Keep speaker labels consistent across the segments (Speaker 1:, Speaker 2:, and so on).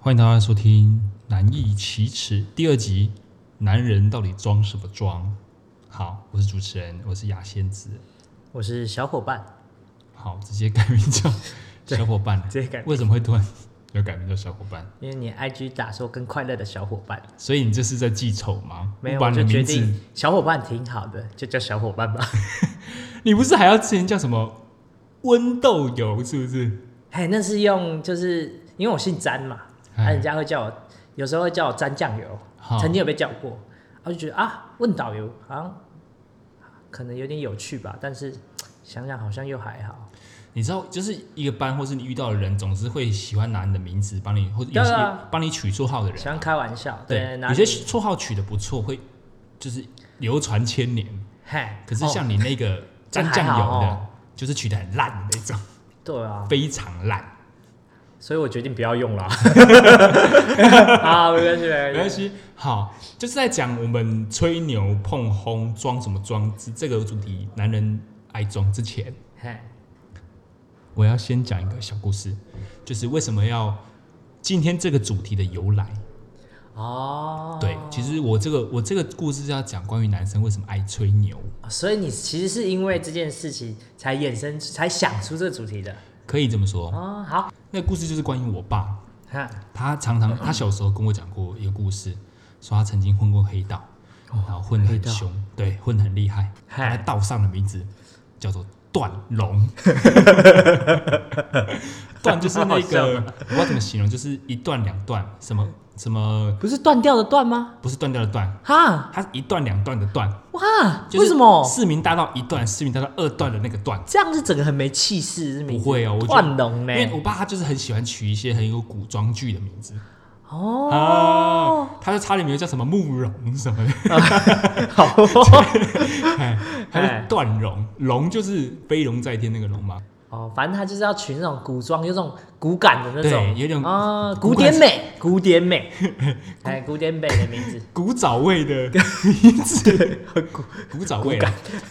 Speaker 1: 欢迎大家收听《难易启齿》第二集，男人到底装什么装？好，我是主持人，我是雅仙子。
Speaker 2: 我是小伙伴，
Speaker 1: 好，直接改名叫
Speaker 2: 对
Speaker 1: 小伙 伴。
Speaker 2: 直接改名
Speaker 1: 为什么会突然要改名叫小伙伴？
Speaker 2: 因为你 IG 打说跟快乐的小伙伴，
Speaker 1: 所以你这是在记仇吗？
Speaker 2: 没有
Speaker 1: 不把
Speaker 2: 我
Speaker 1: 你的
Speaker 2: 就决
Speaker 1: 名字，
Speaker 2: 定小伙伴挺好的，就叫小伙伴吧。
Speaker 1: 你不是还要之前叫什么温豆油是不是？
Speaker 2: 哎，那是用就是因为我姓詹嘛，
Speaker 1: 哎哦
Speaker 2: 啊，人家会叫我，有时候会叫我詹酱油
Speaker 1: 好，
Speaker 2: 曾经有被叫过，我就觉得啊，问导游好像可能有点有趣吧，但是想想好像又还好。
Speaker 1: 你知道，就是一个班或是你遇到的人，总是会喜欢拿你的名字帮你，或者有
Speaker 2: 当
Speaker 1: 些
Speaker 2: 然啊
Speaker 1: 帮你取绰号的人
Speaker 2: 喜。欢开玩笑，
Speaker 1: 对，
Speaker 2: 拿
Speaker 1: 有些绰号取得不错，会就是流传千年。
Speaker 2: 嘿，
Speaker 1: 可是
Speaker 2: 哦
Speaker 1: 像你那 个沾酱
Speaker 2: 这还
Speaker 1: 油
Speaker 2: 好
Speaker 1: 的，
Speaker 2: 哦
Speaker 1: 就是取得很烂的那种，
Speaker 2: 对啊，
Speaker 1: 非常烂。
Speaker 2: 所以我决定不要用 了。 啊，没关系，没
Speaker 1: 没
Speaker 2: 关
Speaker 1: 关
Speaker 2: 系。
Speaker 1: 系，好，就是在讲我们吹牛碰轰装什么装之这个主题，男人爱装之前，
Speaker 2: 嘿，
Speaker 1: 我要先讲一个小故事，就是为什么要今天这个主题的由来。
Speaker 2: 哦，
Speaker 1: 对，其实我这个我这个故事是要讲关于男生为什么爱吹牛。
Speaker 2: 所以你其实是因为这件事情才衍生、才想出这个主题的
Speaker 1: 可以这么说，
Speaker 2: 哦。好，
Speaker 1: 那个故事就是关于我爸，
Speaker 2: 哈，
Speaker 1: 他常
Speaker 2: 嗯
Speaker 1: 常他小时候跟我讲过一个故事，说他曾经混过黑道，然后混得
Speaker 2: 哦黑
Speaker 1: 很
Speaker 2: 道
Speaker 1: 凶，对，混得很厉害。
Speaker 2: 嗨
Speaker 1: 他在道上的名字叫做段龙， 段就是那
Speaker 2: 好笑啊
Speaker 1: 个我不知道怎么形容，就是一段两段，什么什么
Speaker 2: 不是断掉的断吗？
Speaker 1: 不是断掉的断，
Speaker 2: 哈，
Speaker 1: 它是一段两段的段，
Speaker 2: 哇，
Speaker 1: 就是
Speaker 2: 为什么
Speaker 1: 市民大道一段，市民大道二段的那个段。
Speaker 2: 这样是整个很没气势？是
Speaker 1: 不
Speaker 2: 名字
Speaker 1: 会哦，我觉得
Speaker 2: 断龙呢
Speaker 1: 因？为我爸他就是很喜欢取一些很有古装剧的名字，
Speaker 2: 哦，
Speaker 1: 啊，他就差点没有叫什么慕容什么的，
Speaker 2: 好
Speaker 1: 哎他是段容，容就是飞龙在天那个龙嘛，
Speaker 2: 哦，反正他就是要取那种古装，有种古感的那
Speaker 1: 对，
Speaker 2: 种
Speaker 1: 有点
Speaker 2: 啊，古典美， 古典美， 哎，古典美的 名字，
Speaker 1: 古早味的名 字，古早味啦，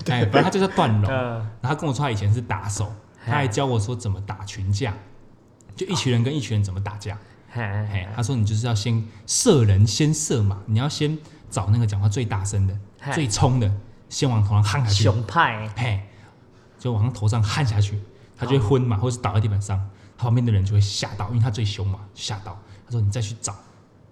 Speaker 1: 哎，反正他就叫段容。然
Speaker 2: 嗯，
Speaker 1: 后他跟我说他以前是打手，他还教我说怎么打群架，就一群人跟一群人怎么打架。
Speaker 2: 嘿
Speaker 1: 哎，他说你就是要先射人，先射嘛，你要先找那个讲话最大声的、
Speaker 2: 嗨
Speaker 1: 最冲的，先往头上焊下去。
Speaker 2: 熊派，
Speaker 1: 嘿，就往他头上焊下去，他就会昏嘛，或者是倒在地板上，他旁边的人就会吓到，因为他最凶嘛，吓到。他说你再去找，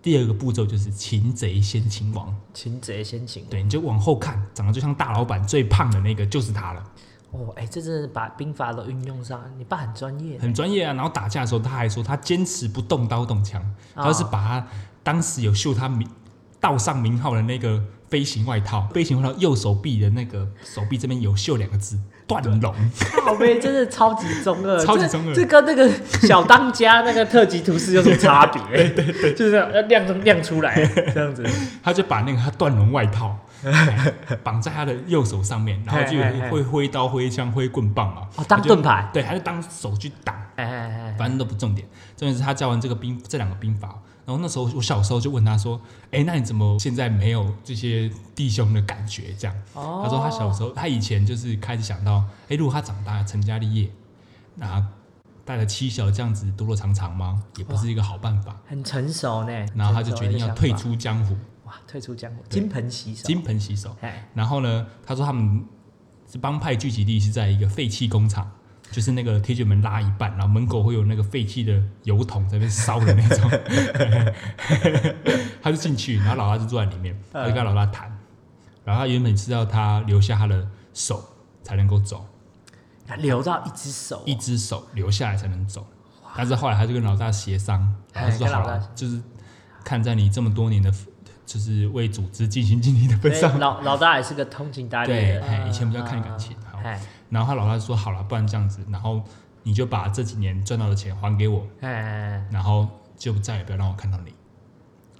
Speaker 1: 第二个步骤就是擒贼先擒王，
Speaker 2: 擒贼先擒
Speaker 1: 对，你就往后看，长得就像大老板最胖的那个就是他了，
Speaker 2: 哦，哎、这真的把兵法都运用上了，你爸很专业。
Speaker 1: 很专业啊。然后打架的时候他还说他坚持不动刀动枪，他就是把他当时有绣他名道上名号的那个。飞行外套，飞行外套右手臂的那个手臂这边有绣两个字“断龙”，
Speaker 2: 靠背真的超级中二，
Speaker 1: 超级中二
Speaker 2: 这这跟那个小当家那个特级图示有什么差别？就是要亮亮出来这样子。
Speaker 1: 他就把那个他断龙外套 哎绑在他的右手上面，然后就
Speaker 2: 嘿嘿嘿
Speaker 1: 会挥刀、挥枪、挥棍棒嘛，
Speaker 2: 哦当
Speaker 1: 他就
Speaker 2: 盾牌
Speaker 1: 对，他就当手去打，
Speaker 2: 哎哎哎，
Speaker 1: 反正都不重点。重点是他教完这个兵这两个兵法，然后那时候我小时候就问他说：“哎、那你怎么现在没有这些弟兄的感觉？”这样，
Speaker 2: 哦
Speaker 1: 他说他小时候，他以前就是开始想到，哎、如果他长大成家立业，那带了妻小这样子躲躲藏藏吗？也不是一个好办法。
Speaker 2: 很成熟呢。
Speaker 1: 然后他就决定要退
Speaker 2: 成熟的想
Speaker 1: 出江湖，
Speaker 2: 法，哇，退出江湖，
Speaker 1: 对
Speaker 2: 金盆洗手。
Speaker 1: 金盆洗手。
Speaker 2: 哎，
Speaker 1: 然后呢，他说他们帮派聚集地是在一个废弃工厂，就是那个铁卷门拉一半，然后门口会有那个废弃的油桶在那边烧的那种。 他就进去，然后老大就坐在里面，
Speaker 2: 嗯
Speaker 1: 他就跟老大谈。然后他原本是要他留下他的手才能够走，
Speaker 2: 留到一只手哦，
Speaker 1: 一只手留下来才能走。但是后来他就跟老大协商，
Speaker 2: 哎
Speaker 1: 老大说
Speaker 2: 跟老
Speaker 1: 好
Speaker 2: 大
Speaker 1: 了，就是看在你这么多年的，就是为组织尽心尽力的份
Speaker 2: 对
Speaker 1: 上，
Speaker 2: 老老大也是个通情达理的
Speaker 1: 对，
Speaker 2: 人。
Speaker 1: 哎，以前比较看
Speaker 2: 嗯
Speaker 1: 感情。好，
Speaker 2: 哎
Speaker 1: 然后他老大就说好了，不然这样子，然后你就把这几年赚到的钱还给我，
Speaker 2: 哎哎，
Speaker 1: 然后就再也不要让我看到你。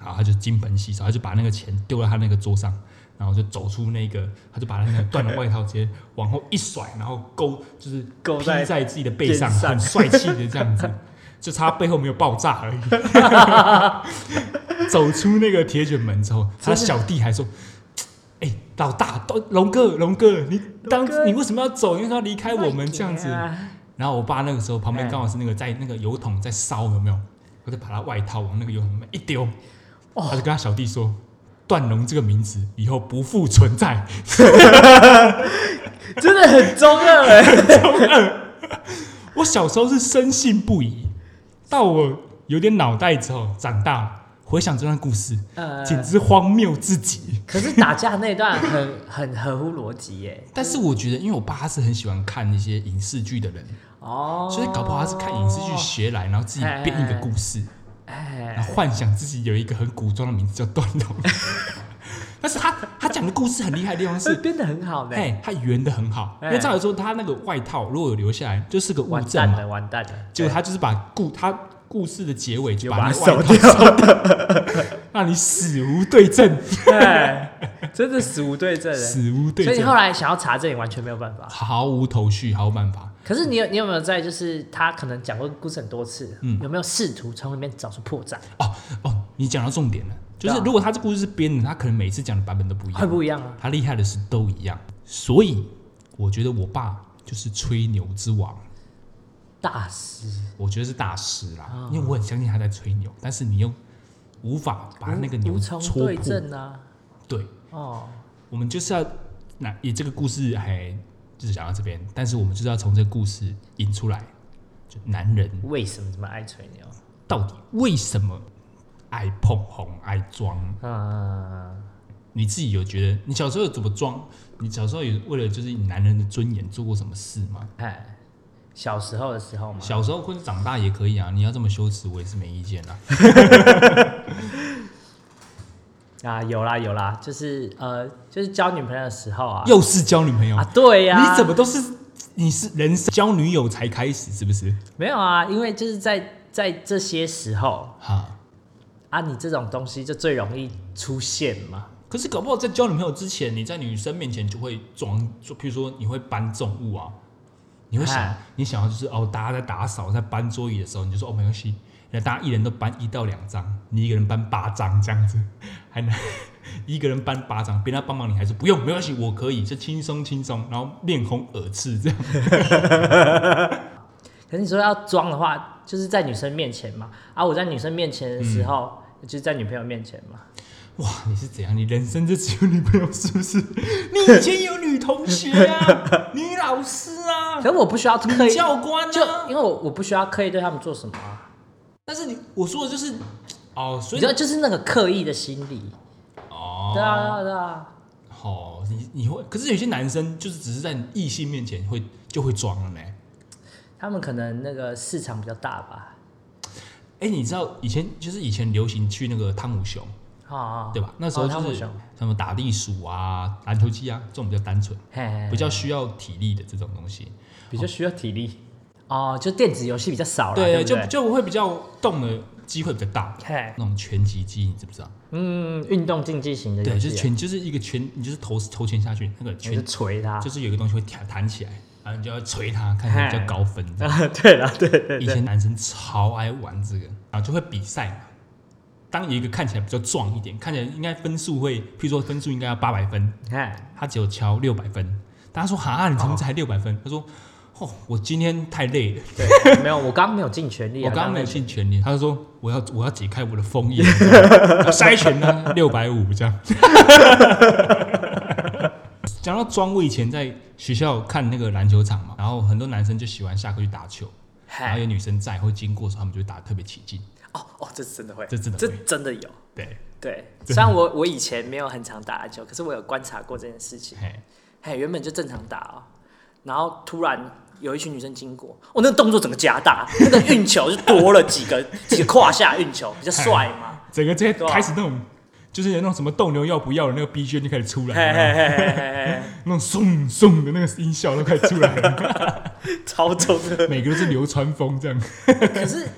Speaker 1: 好，他就金盆洗手，他就把那个钱丢在他那个桌上，然后就走出那个，他就把那个断了外套直接往后一甩，然后勾就是
Speaker 2: 勾
Speaker 1: 披
Speaker 2: 在
Speaker 1: 在自己的背上，
Speaker 2: 肩上
Speaker 1: 很帅气的这样 子，就差背后没有爆炸而已。走出那个铁卷门之后，他小弟还说。哎、老大，龙哥，龙哥，你当
Speaker 2: 龙哥
Speaker 1: 你为什么要走？因为他要离开我们这样子。
Speaker 2: 快点啊
Speaker 1: 然后我爸那个时候旁边
Speaker 2: 哎
Speaker 1: 刚好是那个在那个油桶在烧，有没有？他就把他外套往那个游泳里面一丢，他就跟他小弟说：“段龙这个名字以后不复存在。
Speaker 2: 真的很中二哎、”
Speaker 1: 我小时候是深信不疑，到我有点脑袋之后，长大回想这段故事，
Speaker 2: 呃，
Speaker 1: 简直荒谬至极。
Speaker 2: 可是打架那段很很合乎逻辑耶。
Speaker 1: 但是我觉得，因为我爸他是很喜欢看一些影视剧的人，
Speaker 2: 哦，
Speaker 1: 所以搞不好他是看影视剧学来，然后自己编一个故事，然
Speaker 2: 哎，
Speaker 1: 后幻想自己有一个很古装的名字叫段龙。 但是他他讲的故事很厉害的地方
Speaker 2: 是
Speaker 1: 是，
Speaker 2: 编的很好呢。
Speaker 1: 哎，他圆的很好，因为
Speaker 2: 哎
Speaker 1: 照理说他那个外套如果有留下来，就是个物
Speaker 2: 完
Speaker 1: 证
Speaker 2: 蛋
Speaker 1: 嘛。
Speaker 2: 了，完蛋了！
Speaker 1: 结果他就是把故他故事的结尾就
Speaker 2: 就
Speaker 1: 把
Speaker 2: 把
Speaker 1: 那
Speaker 2: 它
Speaker 1: 个外
Speaker 2: 收
Speaker 1: 套
Speaker 2: 掉，
Speaker 1: 让你死无对证，
Speaker 2: 对， 真的死无对证哎。
Speaker 1: 死无对
Speaker 2: 所以你后
Speaker 1: 证，
Speaker 2: 来想要查证，也完全没有办法。
Speaker 1: 毫无头绪，毫无办法。
Speaker 2: 可是你有你有没有在就是他可能讲过故事很多次，
Speaker 1: 嗯
Speaker 2: 有没有试图从里面找出破绽？
Speaker 1: 哦哦，你讲到重点了，就
Speaker 2: 对
Speaker 1: 是
Speaker 2: 啊
Speaker 1: 如果他这故事是编的，他可能每次讲的版本都不一
Speaker 2: 会
Speaker 1: 样，
Speaker 2: 不一样啊？
Speaker 1: 他厉害的是都一样。所以我觉得我爸就是吹牛之王，
Speaker 2: 大师
Speaker 1: 我觉得是大师啦，
Speaker 2: 啊
Speaker 1: 因为我很相信他在吹牛，但是你又无法把那个
Speaker 2: 无
Speaker 1: 牛
Speaker 2: 无
Speaker 1: 戳
Speaker 2: 从
Speaker 1: 破。
Speaker 2: 对证啊！
Speaker 1: 对，
Speaker 2: 哦，
Speaker 1: 我们就是要那以这个故事还就是讲到这边，但是我们就是要从这个故事引出来，就男人
Speaker 2: 为什么这么爱吹牛？
Speaker 1: 到底为什么爱碰红爱装？
Speaker 2: 嗯，
Speaker 1: 你自己有觉得你小时候有怎么装？你小时候有为了就是你男人的尊严做过什么事吗？
Speaker 2: 哎，小时候的时候嘛，
Speaker 1: 小时候或者长大也可以啊，你要这么羞耻，我也是没意见啦。
Speaker 2: 啊，有啦有啦，就是呃，就是交女朋友的时候啊，
Speaker 1: 又是交女朋友，
Speaker 2: 啊，对呀、
Speaker 1: 你怎么都是你是人生交女友才开始是不是？
Speaker 2: 没有啊？因为就是在在这些时候
Speaker 1: 哈，
Speaker 2: 啊，你这种东西就最容易出现嘛。
Speaker 1: 可是搞不好在交女朋友之前，你在女生面前就会装，就譬如说你会搬重物啊，你会想
Speaker 2: 哎
Speaker 1: 你想要就是哦，大家在打扫在搬桌椅的时候，你就说哦没关系，那大家一人都搬一到两张，你一个人搬八张这样子， 还能一个人搬八张，别人要帮忙你还是不用没关系，我可以，就轻松轻松，然后面红耳赤这样。
Speaker 2: 可是你说要装的话，就是在女生面前嘛。啊，我在女生面前的时
Speaker 1: 嗯
Speaker 2: 候，就是在女朋友面前嘛。
Speaker 1: 哇，你是怎样？你人生就只有女朋友是不是？ 你以前有女同学 啊，女老师啊
Speaker 2: 可，是我不需要刻意，
Speaker 1: 教官啊，
Speaker 2: 就因为我我不需要刻意对他们做什么、啊，
Speaker 1: 但是你我说的就是，哦，所
Speaker 2: 你
Speaker 1: 以
Speaker 2: 知道就是那个刻意的心理。
Speaker 1: 哦，
Speaker 2: 对啊，对啊，对啊。
Speaker 1: 哦，你你会，可是有些男生就是只是在异性面前会就会装了呢。
Speaker 2: 他们可能那个市场比较大吧。
Speaker 1: 哎、你知道以前就是以前流行去那个汤姆熊，
Speaker 2: 啊啊，
Speaker 1: 对吧？那时候
Speaker 2: 哦汤
Speaker 1: 就
Speaker 2: 姆
Speaker 1: 是
Speaker 2: 熊
Speaker 1: 什么打地鼠啊、篮球机啊，这种比较单纯，
Speaker 2: 嘿嘿嘿
Speaker 1: 比较需要体力的这种东西。
Speaker 2: 比较需要体力。哦，就电子游戏比较少了，
Speaker 1: 对，
Speaker 2: 不
Speaker 1: 就就会比较动的机会比较大。
Speaker 2: 嘿
Speaker 1: 那，种拳击机，你知不知道？
Speaker 2: 嗯，运动竞技型的游
Speaker 1: 对，
Speaker 2: 戏，
Speaker 1: 就
Speaker 2: 啊
Speaker 1: 是拳，就是一个拳，你就是投投拳下去，那个
Speaker 2: 你就
Speaker 1: 拳
Speaker 2: 锤它
Speaker 1: 就。是有一个东西会弹弹起来，然后你就要捶它，看谁比较高分。这样
Speaker 2: 啊， 对了，对对
Speaker 1: 以
Speaker 2: 对，
Speaker 1: 前男生超爱玩这个，然后就会比赛嘛。当有一个看起来比较壮一点，看起来应该分数会，譬如说分数应该要八百分，
Speaker 2: 哎，
Speaker 1: 他只有敲六百分。大家说哈，啊你怎么才六百分？他说哦，我今天太累了，
Speaker 2: 对，没有，我刚刚没有尽全力
Speaker 1: 我
Speaker 2: 啊，
Speaker 1: 刚刚没有
Speaker 2: 刚
Speaker 1: 尽全力。他就说我要我要解开我的封 印，要筛选呢六百五这样。 讲到装，我以前在学校看那个篮球场嘛，然后很多男生就喜欢下课去打球，然后
Speaker 2: 嘿，
Speaker 1: 有女生在会经过的时候，他们就会打得特别起劲。
Speaker 2: 哦哦，这是真的会，
Speaker 1: 这真的
Speaker 2: 这
Speaker 1: 会
Speaker 2: 真的有。
Speaker 1: 对，
Speaker 2: 对，
Speaker 1: 真的
Speaker 2: 虽然我我以前没有很常打篮球，可是我有观察过这件事情。
Speaker 1: 嘿，
Speaker 2: 嘿，原本就正常打哦，然后突然有一群女生经过，我、那个动作整个加大，那个运球就多了 几个几个胯下运球，比较帅嘛。
Speaker 1: 整个这些
Speaker 2: 对啊
Speaker 1: 开始那种。就是有那种什么斗牛要不要的那个 B 圈就开始出
Speaker 2: 嘿
Speaker 1: 来了，
Speaker 2: 嘿嘿嘿嘿
Speaker 1: 那种送送的那个音效都开始出来了，
Speaker 2: 嘿，超重的。
Speaker 1: 每个都是流川枫这样。
Speaker 2: 可是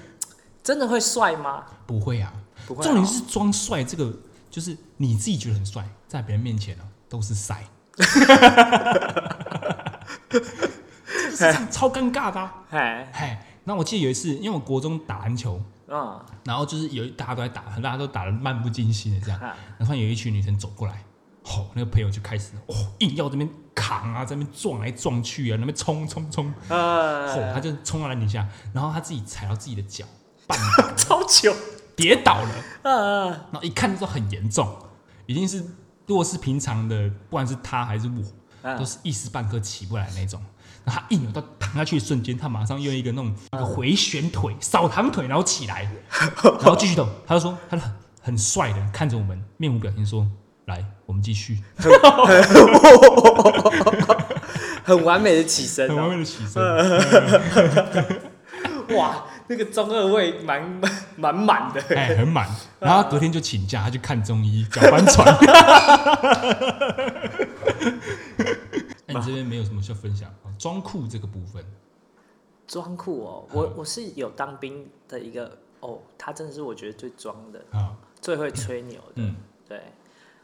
Speaker 2: 真的会帅吗？
Speaker 1: 不会啊，
Speaker 2: 不会啊
Speaker 1: 重点是装帅这个，就是你自己觉得很帅，在别人面前呢、哦都是塞，这个是超尴尬的、啊。
Speaker 2: 哎，
Speaker 1: 哎，那我记得有一次，因为我国中打篮球，
Speaker 2: 嗯，
Speaker 1: 然后就是有一大家都在打，大家都打得漫不经心的这样，
Speaker 2: 啊
Speaker 1: 然后突然有一群女生走过来。吼，那个朋友就开始哦，硬要这边扛啊，这边撞来撞去啊，那边冲冲冲，吼，
Speaker 2: 呃，
Speaker 1: 他就冲到篮底下，然后他自己踩到自己的脚，绊倒
Speaker 2: 超久
Speaker 1: 跌倒了，
Speaker 2: 啊！
Speaker 1: 然后一看就很严重，已经是如果是平常的，不管是他还是我，
Speaker 2: 嗯
Speaker 1: 都是一时半刻起不来那种。然后他一扭到躺下去的瞬间，他马上用一个那种一个回旋腿、扫堂腿，然后起来，然后继续走。他就说，他就很很帅的看着我们，面无表情说：“来，我们继续。
Speaker 2: 很完美的起”身
Speaker 1: 很完
Speaker 2: 哦、
Speaker 1: 美的起身，
Speaker 2: 哇，那个中二位满满满的，
Speaker 1: 哎，很满。然后他隔天就请假，他去看中医，脚翻船。那哎你这边没有什么需要分享？哦装酷这个部分，
Speaker 2: 装酷哦、我我是有当兵的一个哦，他真的是我觉得最装的，
Speaker 1: 啊，
Speaker 2: 最会吹牛的。
Speaker 1: 嗯
Speaker 2: 对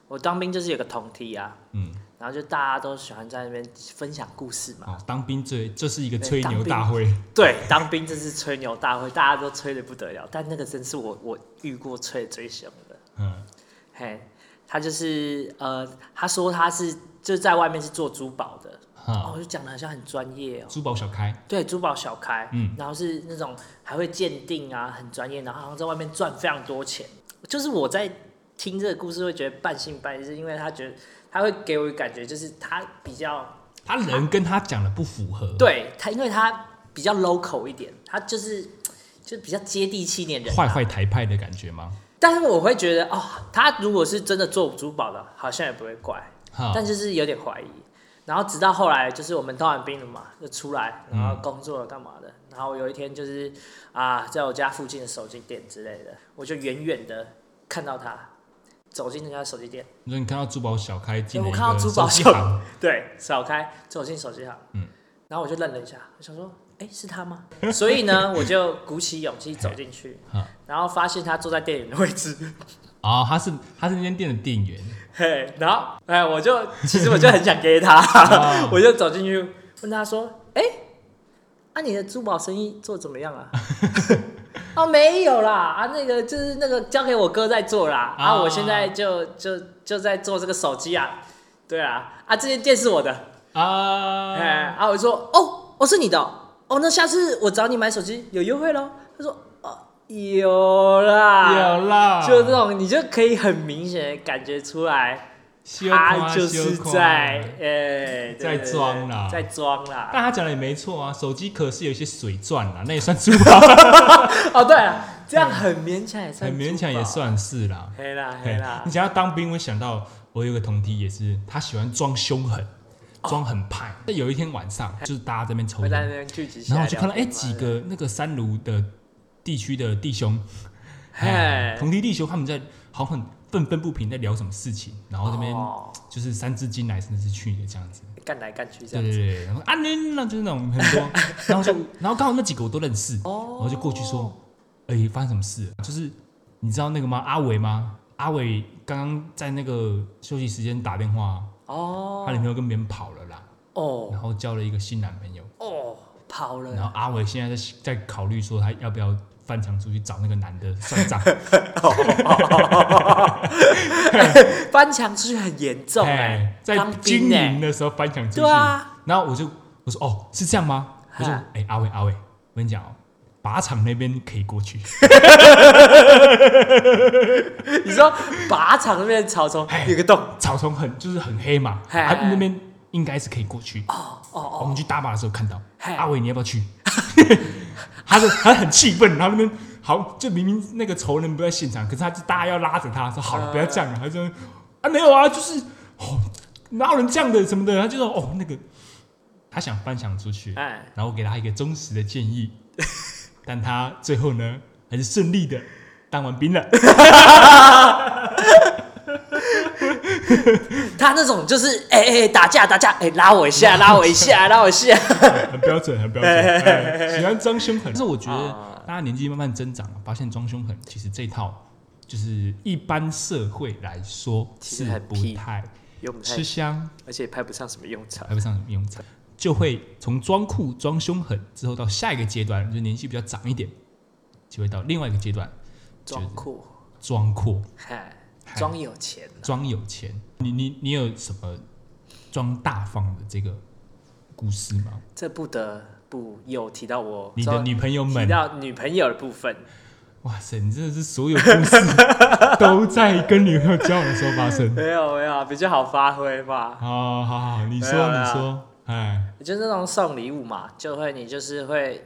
Speaker 2: 我当兵就是有个同梯啊，
Speaker 1: 嗯，
Speaker 2: 然后就大家都喜欢在那边分享故事嘛。
Speaker 1: 哦，当兵这这是一个
Speaker 2: 对
Speaker 1: 吹牛
Speaker 2: 当兵
Speaker 1: 大会，
Speaker 2: 对，当兵真是吹牛大会，大家都吹的不得了。啊但那个真是我我遇过吹得最凶的。
Speaker 1: 嗯
Speaker 2: 嘿，他就是呃，他说他是就是在外面是做珠宝的，哦
Speaker 1: 哈，，
Speaker 2: 我就讲的好像很专业哦。
Speaker 1: 珠宝小开，
Speaker 2: 对，珠宝小开，
Speaker 1: 嗯
Speaker 2: 然后是那种还会鉴定啊，很专业，然后好像在外面赚非常多钱。就是我在听这个故事会觉得半信半疑，是因为他觉得他会给我感觉就是他比较
Speaker 1: 他人跟他讲的不符合，，
Speaker 2: 对他，因为他比较 local 一点，他就是就比较接地气一点人、
Speaker 1: 坏坏台派的感觉吗？
Speaker 2: 但是我会觉得哦，他如果是真的做珠宝的，好像也不会怪，
Speaker 1: 哈，
Speaker 2: 但就是有点怀疑。然后直到后来，就是我们当完兵了嘛，就出来，然后工作了干嘛的。然后有一天就是啊，在我家附近的手机店之类的，我就远远的看到他走进那家手机店，
Speaker 1: 你说你看到珠宝小开进
Speaker 2: 对
Speaker 1: 了
Speaker 2: 我
Speaker 1: 一
Speaker 2: 看到
Speaker 1: 个
Speaker 2: 珠宝
Speaker 1: 手机
Speaker 2: 小
Speaker 1: 行，
Speaker 2: 对，扫开走进手机行，
Speaker 1: 嗯
Speaker 2: 然后我就愣了一下，我想说，哎，是他吗？所以呢，我就鼓起勇气走 进去
Speaker 1: 嗯，
Speaker 2: 然后发现他坐在店员的位置，
Speaker 1: 哦，他是他是那间店的店员，
Speaker 2: 嘿，然后哎，我就其实我就很想给他， 我就走进去问他说：“哎、啊你的珠宝生意做怎么样啊？” 哦，没有啦，啊那个就是那个交给我哥在做啦，啊
Speaker 1: 啊
Speaker 2: 我现在就就就在做这个手机啊，对啊，啊这间店是我的，
Speaker 1: 啊，
Speaker 2: 哎、啊我就说哦哦是你的哦哦那下次我找你买手机有优惠喽，他说哦有啦
Speaker 1: 有啦，
Speaker 2: 就这种你就可以很明显的感觉出来。
Speaker 1: 羞夸
Speaker 2: 他就是
Speaker 1: 羞夸
Speaker 2: 在呃、对
Speaker 1: 在装啦
Speaker 2: 在装啦。
Speaker 1: 但他讲的也没错啊，手机壳是有一些水钻啦，那也算珠 宝，
Speaker 2: 哦，对了，这样很勉强也算，
Speaker 1: 很勉强也。算是啦。
Speaker 2: 黑啦黑
Speaker 1: 嘿
Speaker 2: 啦
Speaker 1: 你，想要当兵，我想到我有个同梯也是，他喜欢装凶狠，装很派。那、有一天晚上，就是大家在那边抽
Speaker 2: 哦会在那
Speaker 1: 烟，
Speaker 2: 边聚集起
Speaker 1: 然后我
Speaker 2: 来聊
Speaker 1: 就
Speaker 2: 天
Speaker 1: 看
Speaker 2: 嘛，
Speaker 1: 到哎、几
Speaker 2: 对
Speaker 1: 个那个三卢的地区的弟兄，哎
Speaker 2: 嘿，
Speaker 1: 同梯弟兄他们在好像很愤愤不平，在聊什么事情，然后这边
Speaker 2: 哦
Speaker 1: 就是三只进来，三只去的这样子。
Speaker 2: 干来干去
Speaker 1: 对
Speaker 2: 这样
Speaker 1: 对
Speaker 2: 子，
Speaker 1: 对，然后啊那那就是那种很 多，然后就然后刚好那几个我都认识，
Speaker 2: 哦
Speaker 1: 然后就过去说，哎、发生什么事了？就是你知道那个吗？阿伟吗？阿伟刚刚在那个休息时间打电话，他女
Speaker 2: 哦
Speaker 1: 朋友跟别人跑了啦，
Speaker 2: 哦
Speaker 1: 然后交了一个新男朋友，
Speaker 2: 哦，跑
Speaker 1: 然
Speaker 2: 了，
Speaker 1: 后阿伟现在在在考虑说他要不要翻墙出去找那个男的算 账，
Speaker 2: 翻墙出去很严重哎
Speaker 1: 哎，，在
Speaker 2: 当
Speaker 1: 军
Speaker 2: 兵
Speaker 1: 营
Speaker 2: 哎，
Speaker 1: 的时候翻墙出去，
Speaker 2: 对啊，
Speaker 1: 然后我就我说哦，是这样吗？我说
Speaker 2: 嗨
Speaker 1: 哎、阿伟阿伟，我跟你讲哦，靶场那边可以过去，
Speaker 2: 你说靶场那边的草丛有个洞，
Speaker 1: 草丛很就是很黑嘛，
Speaker 2: 嗨
Speaker 1: 啊那边应该是可以过去。
Speaker 2: 哦哦
Speaker 1: 我们去打靶的时候看到
Speaker 2: 嗨
Speaker 1: 阿伟，你要不要去？ 他就他很气愤，然后那边好就明明那个仇人不在现场，可是他就大家要拉着他说好了，
Speaker 2: 嗯
Speaker 1: 不要这样了。他说啊没有啊，就是哦哪有人这样的什么的，他就说哦那个他想翻墙出去
Speaker 2: 哦，，哎，
Speaker 1: 然后我给他一个忠实的建议，但他最后呢还是顺利的当完兵了。
Speaker 2: 他那种就是哎哎打架打架，哎拉我一 下拉我一下拉我一下，
Speaker 1: 很标准，很标准，哎喜欢装凶狠。但是我觉得
Speaker 2: 啊
Speaker 1: 大家年纪慢慢增长，发现装凶狠其实这一套就是一般社会来说
Speaker 2: 其
Speaker 1: 是
Speaker 2: 实很
Speaker 1: 不
Speaker 2: 屁
Speaker 1: 太
Speaker 2: 用不太
Speaker 1: 吃香，
Speaker 2: 而且派不上什么用 场
Speaker 1: 还。不上什么用场，就会从装酷、装凶狠之后到下一个阶段，就是年纪比较长一点，就会到另外一个阶段，
Speaker 2: 装酷，
Speaker 1: 装阔、
Speaker 2: 嗨，哎装有钱，
Speaker 1: 装有钱。你你你有什么装大方的这个故事吗？
Speaker 2: 这不得不又提到我
Speaker 1: 你的
Speaker 2: 装
Speaker 1: 女朋友
Speaker 2: 提
Speaker 1: 们
Speaker 2: 到女朋友的部分。
Speaker 1: 哇塞，你真的是所有故事都在跟女朋友交往的时候发生。
Speaker 2: 没有没有，比较好发挥嘛。
Speaker 1: 好好好，你说
Speaker 2: 没有啦
Speaker 1: 你说，哎，
Speaker 2: 就是那种送礼物嘛，就会你就是会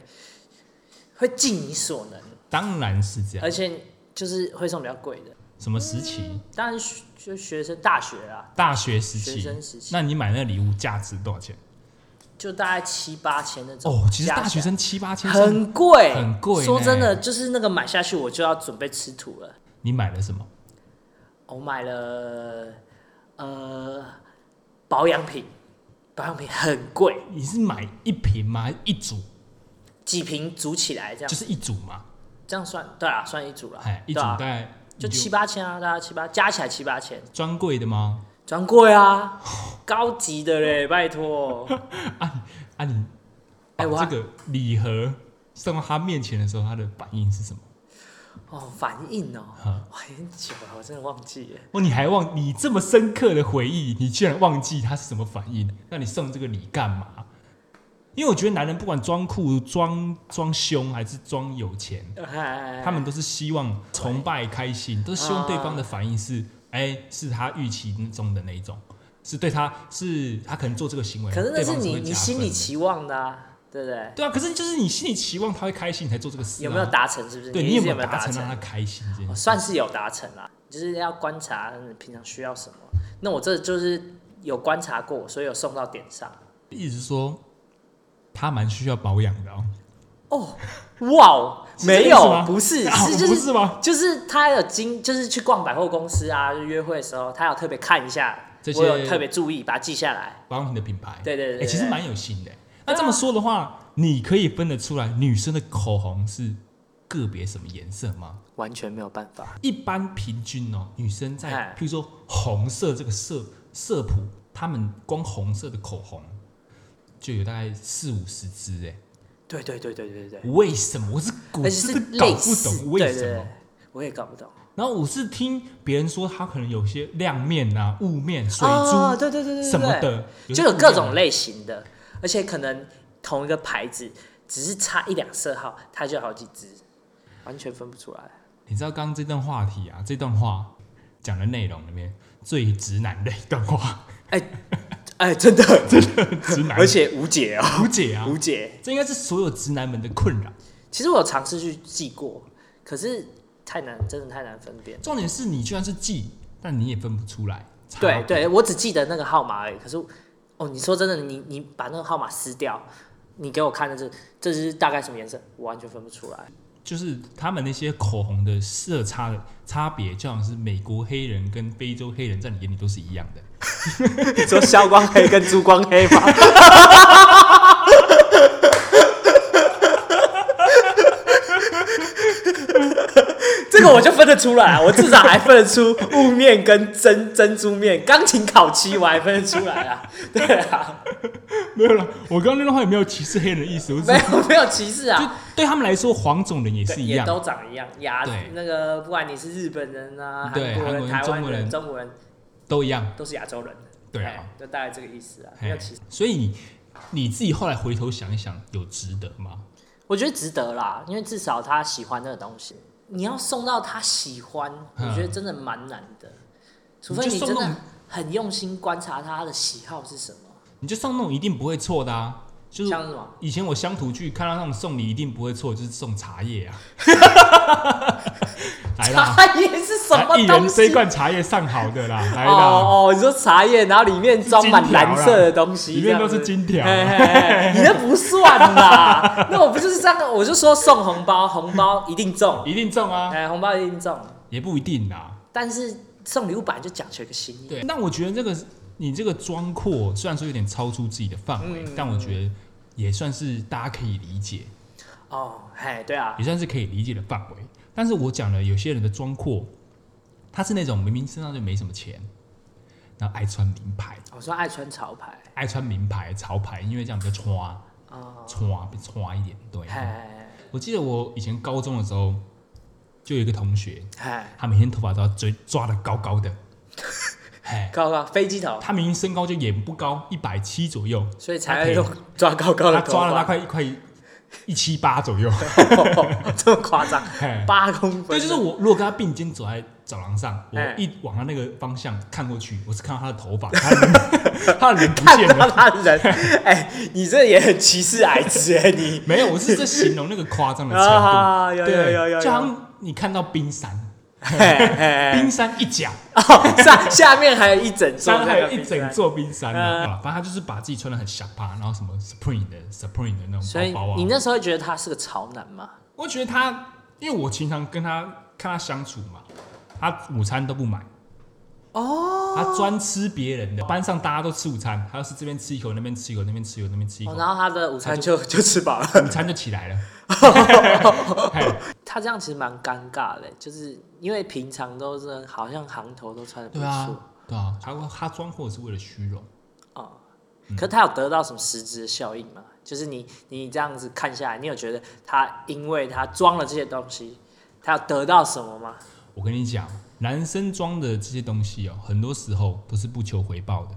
Speaker 2: 会尽你所能，
Speaker 1: 当然是这样。
Speaker 2: 而且就是会送比较贵的。
Speaker 1: 什么时期？
Speaker 2: 当然学就学生大学啊，
Speaker 1: 大学时
Speaker 2: 学
Speaker 1: 期。
Speaker 2: 生时期
Speaker 1: 那你买那礼物价值多少钱？
Speaker 2: 就大概七八千那种。
Speaker 1: 哦，其实
Speaker 2: 加起来
Speaker 1: 大学生七八千，
Speaker 2: 很贵，
Speaker 1: 很贵
Speaker 2: 说真的，
Speaker 1: 呢
Speaker 2: 就是那个买下去，我就要准备吃土了。
Speaker 1: 你买了什么？
Speaker 2: 我买了呃保养品，保养品很贵，
Speaker 1: 你是买一瓶吗？还是一组？
Speaker 2: 啊几瓶组起来这样，
Speaker 1: 就是一组嘛，
Speaker 2: 这样算对啦，算一组啦，
Speaker 1: 哎，一组
Speaker 2: 对啊
Speaker 1: 大概
Speaker 2: 就
Speaker 1: 你
Speaker 2: 七八千啊，大概七八，加起来七八千，
Speaker 1: 专柜的吗？
Speaker 2: 专 柜啊，高级的嘞，拜托。
Speaker 1: 啊你，
Speaker 2: 哎我
Speaker 1: 把
Speaker 2: 还
Speaker 1: 这个礼盒送到他面前的时候，他的反应是什么？有
Speaker 2: 哦，反应哦，
Speaker 1: 哈，
Speaker 2: 哇，很久了，我真的忘记了。
Speaker 1: 哦，你还忘你这么深刻的回忆，你居然忘记他是什么反应？那你送这个礼干嘛？因为我觉得男人不管装酷、装装凶还是装有钱，
Speaker 2: 哎，
Speaker 1: 他们都是希望崇拜、开心，都是希望对方的反应
Speaker 2: 嗯
Speaker 1: 是，哎、是他预期中的那一种，是对他是他可能做这个行为，
Speaker 2: 可是那
Speaker 1: 对
Speaker 2: 是
Speaker 1: 方
Speaker 2: 你
Speaker 1: 会
Speaker 2: 你
Speaker 1: 加
Speaker 2: 心
Speaker 1: 分
Speaker 2: 里
Speaker 1: 的
Speaker 2: 期望的啊，对不对？
Speaker 1: 对啊，可是就是你心里期望他会开心，你才做这个事、啊，
Speaker 2: 有没有？达成？是不是？
Speaker 1: 对
Speaker 2: 你
Speaker 1: 你
Speaker 2: 意
Speaker 1: 有
Speaker 2: 思
Speaker 1: 没
Speaker 2: 有
Speaker 1: 有
Speaker 2: 没有
Speaker 1: 达
Speaker 2: 达
Speaker 1: 成啊让他
Speaker 2: 成？哦
Speaker 1: 开心这件
Speaker 2: 我
Speaker 1: 事？
Speaker 2: 算是有达成啦，就是要观察你平常需要什么。那我这就是有观察过，所以有送到点上。
Speaker 1: 意思是说他蛮需要保养的哦，
Speaker 2: 哦，哇哦，
Speaker 1: 是这个
Speaker 2: 没
Speaker 1: 意思吗
Speaker 2: 有，不是，
Speaker 1: 啊
Speaker 2: 是就
Speaker 1: 不
Speaker 2: 是
Speaker 1: 是吗？
Speaker 2: 就是他有经，就是去逛百货公司啊，就约会的时候，他有特别看一下
Speaker 1: 这，些
Speaker 2: 我有特别注意，把它记下来。
Speaker 1: 保养品的品牌，
Speaker 2: 对对对
Speaker 1: 哎、
Speaker 2: 对
Speaker 1: 其实
Speaker 2: 对啊
Speaker 1: 蛮有心的、那这么说的话，你可以分得出来女生的口红是个别什么颜色吗？
Speaker 2: 完全没有办法，
Speaker 1: 一般平均哦，女生在
Speaker 2: 哎
Speaker 1: 譬如说红色这个色色谱，她们光红色的口红就有大概四五十支哎，
Speaker 2: 对对对对对对对，
Speaker 1: 为什么？我哦是我
Speaker 2: 而
Speaker 1: 真
Speaker 2: 且是
Speaker 1: 的搞
Speaker 2: 类
Speaker 1: 不
Speaker 2: 似，
Speaker 1: 懂
Speaker 2: 对
Speaker 1: 为
Speaker 2: 对
Speaker 1: 什
Speaker 2: 对
Speaker 1: 么。，
Speaker 2: 我也搞不懂。
Speaker 1: 然后我是听别人说，它可能有些亮面啊、雾面、水
Speaker 2: 哦，
Speaker 1: 珠
Speaker 2: 对对对对对，
Speaker 1: 什么的，
Speaker 2: 就
Speaker 1: 些
Speaker 2: 有
Speaker 1: 不一
Speaker 2: 各
Speaker 1: 样啊
Speaker 2: 种
Speaker 1: 的。
Speaker 2: 类型的，而且可能同一个牌子，只是差一两色号，它就有好几支，完全分不出来。
Speaker 1: 你知道刚刚这段话题啊，这段话讲的内容里面最直男的一段 话，
Speaker 2: 哎，真的 真的，
Speaker 1: 直男
Speaker 2: 而且无解哦，
Speaker 1: 无解啊，
Speaker 2: 无解。
Speaker 1: 这应该是所有直男们的困扰。
Speaker 2: 其实我有尝试去记过，可是太难，真的太难分辨。
Speaker 1: 重点是你居然是记，但你也分不出来。差
Speaker 2: 对，对，我只记得那个号码而已。可是，哦，你说真的，你你把那个号码撕掉，你给我看的这这是大概什么颜色，我完全分不出来。
Speaker 1: 就是他们那些口红的色差的差别，就好像是美国黑人跟非洲黑人在你眼里都是一样的。
Speaker 2: 你说消光黑跟珠光黑吗？ 这个我就分得出来啊，我至少还分得出雾面跟珍珍珠面，钢琴烤漆我还分得出来啊。 对啊，
Speaker 1: 没有了，我刚刚那段话也没有歧视黑人的意思，我只
Speaker 2: 没
Speaker 1: 是
Speaker 2: 有没有歧视
Speaker 1: 就
Speaker 2: 啊，
Speaker 1: 对他们来说，黄种人也
Speaker 2: 对
Speaker 1: 是一
Speaker 2: 也
Speaker 1: 样。
Speaker 2: 都长一样，牙
Speaker 1: 对
Speaker 2: 那个不管你是日本人啊、
Speaker 1: 对
Speaker 2: 韩国人、台
Speaker 1: 韩国人中
Speaker 2: 湾
Speaker 1: 国人
Speaker 2: 人、中国人，
Speaker 1: 都一样，
Speaker 2: 都是亚洲人。
Speaker 1: 对
Speaker 2: 哎
Speaker 1: 啊，，
Speaker 2: 就大概这个意思啊，没有
Speaker 1: 嘿
Speaker 2: 歧视。
Speaker 1: 所以你你自己后来回头想一想，有值得吗？
Speaker 2: 我觉得值得啦，因为至少他喜欢那个东西。你要送到他喜欢，
Speaker 1: 嗯
Speaker 2: 我觉得真的蛮难的，除非
Speaker 1: 你就
Speaker 2: 你
Speaker 1: 送
Speaker 2: 真
Speaker 1: 那
Speaker 2: 的
Speaker 1: 种
Speaker 2: 很用心观察他的喜好是什么，
Speaker 1: 你就送那种一定不会错的啊，就是
Speaker 2: 像什么
Speaker 1: 以前我乡土剧看到那种送礼一定不会错，就是送茶叶 啊。来啦，
Speaker 2: 茶叶是什么
Speaker 1: 来一人
Speaker 2: 东
Speaker 1: 这
Speaker 2: 西
Speaker 1: 一？罐茶叶上好的 啦，来啦。
Speaker 2: 哦哦，你说茶叶，然后里面装满蓝色的东西，
Speaker 1: 里面都是金条
Speaker 2: 这样子嘿嘿嘿你那不算啦。那我不就是这样？我就说送红包，红包一定中，
Speaker 1: 一定中啊，
Speaker 2: 哎，红包一定中。
Speaker 1: 也不一定啦。
Speaker 2: 但是送礼物本来就讲求一个心意，
Speaker 1: 对，那我觉得这个你这个装阔，虽然说有点超出自己的范围，
Speaker 2: 嗯
Speaker 1: 但我觉得也算是大家可以理解，
Speaker 2: 哦，嘿，对啊，
Speaker 1: 也算是可以理解的范围。但是我讲了，有些人的装阔，他是那种明明身上就没什么钱，然后爱穿名牌，
Speaker 2: 我说爱穿潮牌
Speaker 1: 爱穿名牌潮牌，因为这样比较穿
Speaker 2: 哦，
Speaker 1: 穿比穿一点。对，
Speaker 2: 嘿。
Speaker 1: 我记得我以前高中的时候，就有一个同学，
Speaker 2: 哎，
Speaker 1: 他每天头发都要追抓的高高 的，嘿，
Speaker 2: 高高飞机头，
Speaker 1: 他明明身高就也不高，一百七左右，
Speaker 2: 所以才会用抓高高
Speaker 1: 他
Speaker 2: 的
Speaker 1: 抓
Speaker 2: 头
Speaker 1: 了大
Speaker 2: 发。
Speaker 1: 概一块一七八 左右，
Speaker 2: 这么夸张，
Speaker 1: 嘿
Speaker 2: 八公分，
Speaker 1: 对，就是我如果跟他并肩走在走廊上，我
Speaker 2: 哎
Speaker 1: 一往他那个方向看过去，我是看到他的头发，他的人 他的人不见
Speaker 2: 看到
Speaker 1: 了。
Speaker 2: 他的人，哎、你这也很歧视矮子哎，你
Speaker 1: 没有，我是在形容那个夸张的程度。
Speaker 2: 啊，有有
Speaker 1: 对，
Speaker 2: 有有哎
Speaker 1: 就好
Speaker 2: 有，
Speaker 1: 像你看到冰山，
Speaker 2: 嘿嘿嘿
Speaker 1: 冰山一角，
Speaker 2: 哦，上下面还有一整座，
Speaker 1: 山还有一整。座冰山
Speaker 2: 嗯
Speaker 1: 啊。好啦反正他就是把自己穿的很下趴，然后什么 Supreme 的 Supreme 的那
Speaker 2: 所
Speaker 1: 种
Speaker 2: 以
Speaker 1: 包包啊
Speaker 2: 你。那时候觉得他是个潮男吗？
Speaker 1: 我觉得他，因为我经常跟他看他相处嘛，他午餐都不买，
Speaker 2: 哦，
Speaker 1: 他专吃别人的。班上大家都吃午餐，他要是这边吃一口，那边吃一口，那边吃一口，那边吃一口
Speaker 2: 哦，然后他的午餐就 就吃饱了。
Speaker 1: 午餐就起来了。嘿
Speaker 2: 他这样其实蛮尴尬的，就是因为平常都是好像行头都穿的不
Speaker 1: 对
Speaker 2: 错
Speaker 1: 啊，对啊，他他装货是为了虚荣，
Speaker 2: 哦，可他有得到什么实质的效应吗？就是你你这样子看下来，你有觉得他因为他装了这些东西，他有得到什么吗？
Speaker 1: 我跟你讲，男生装的这些东西哦，很多时候都是不求回报的。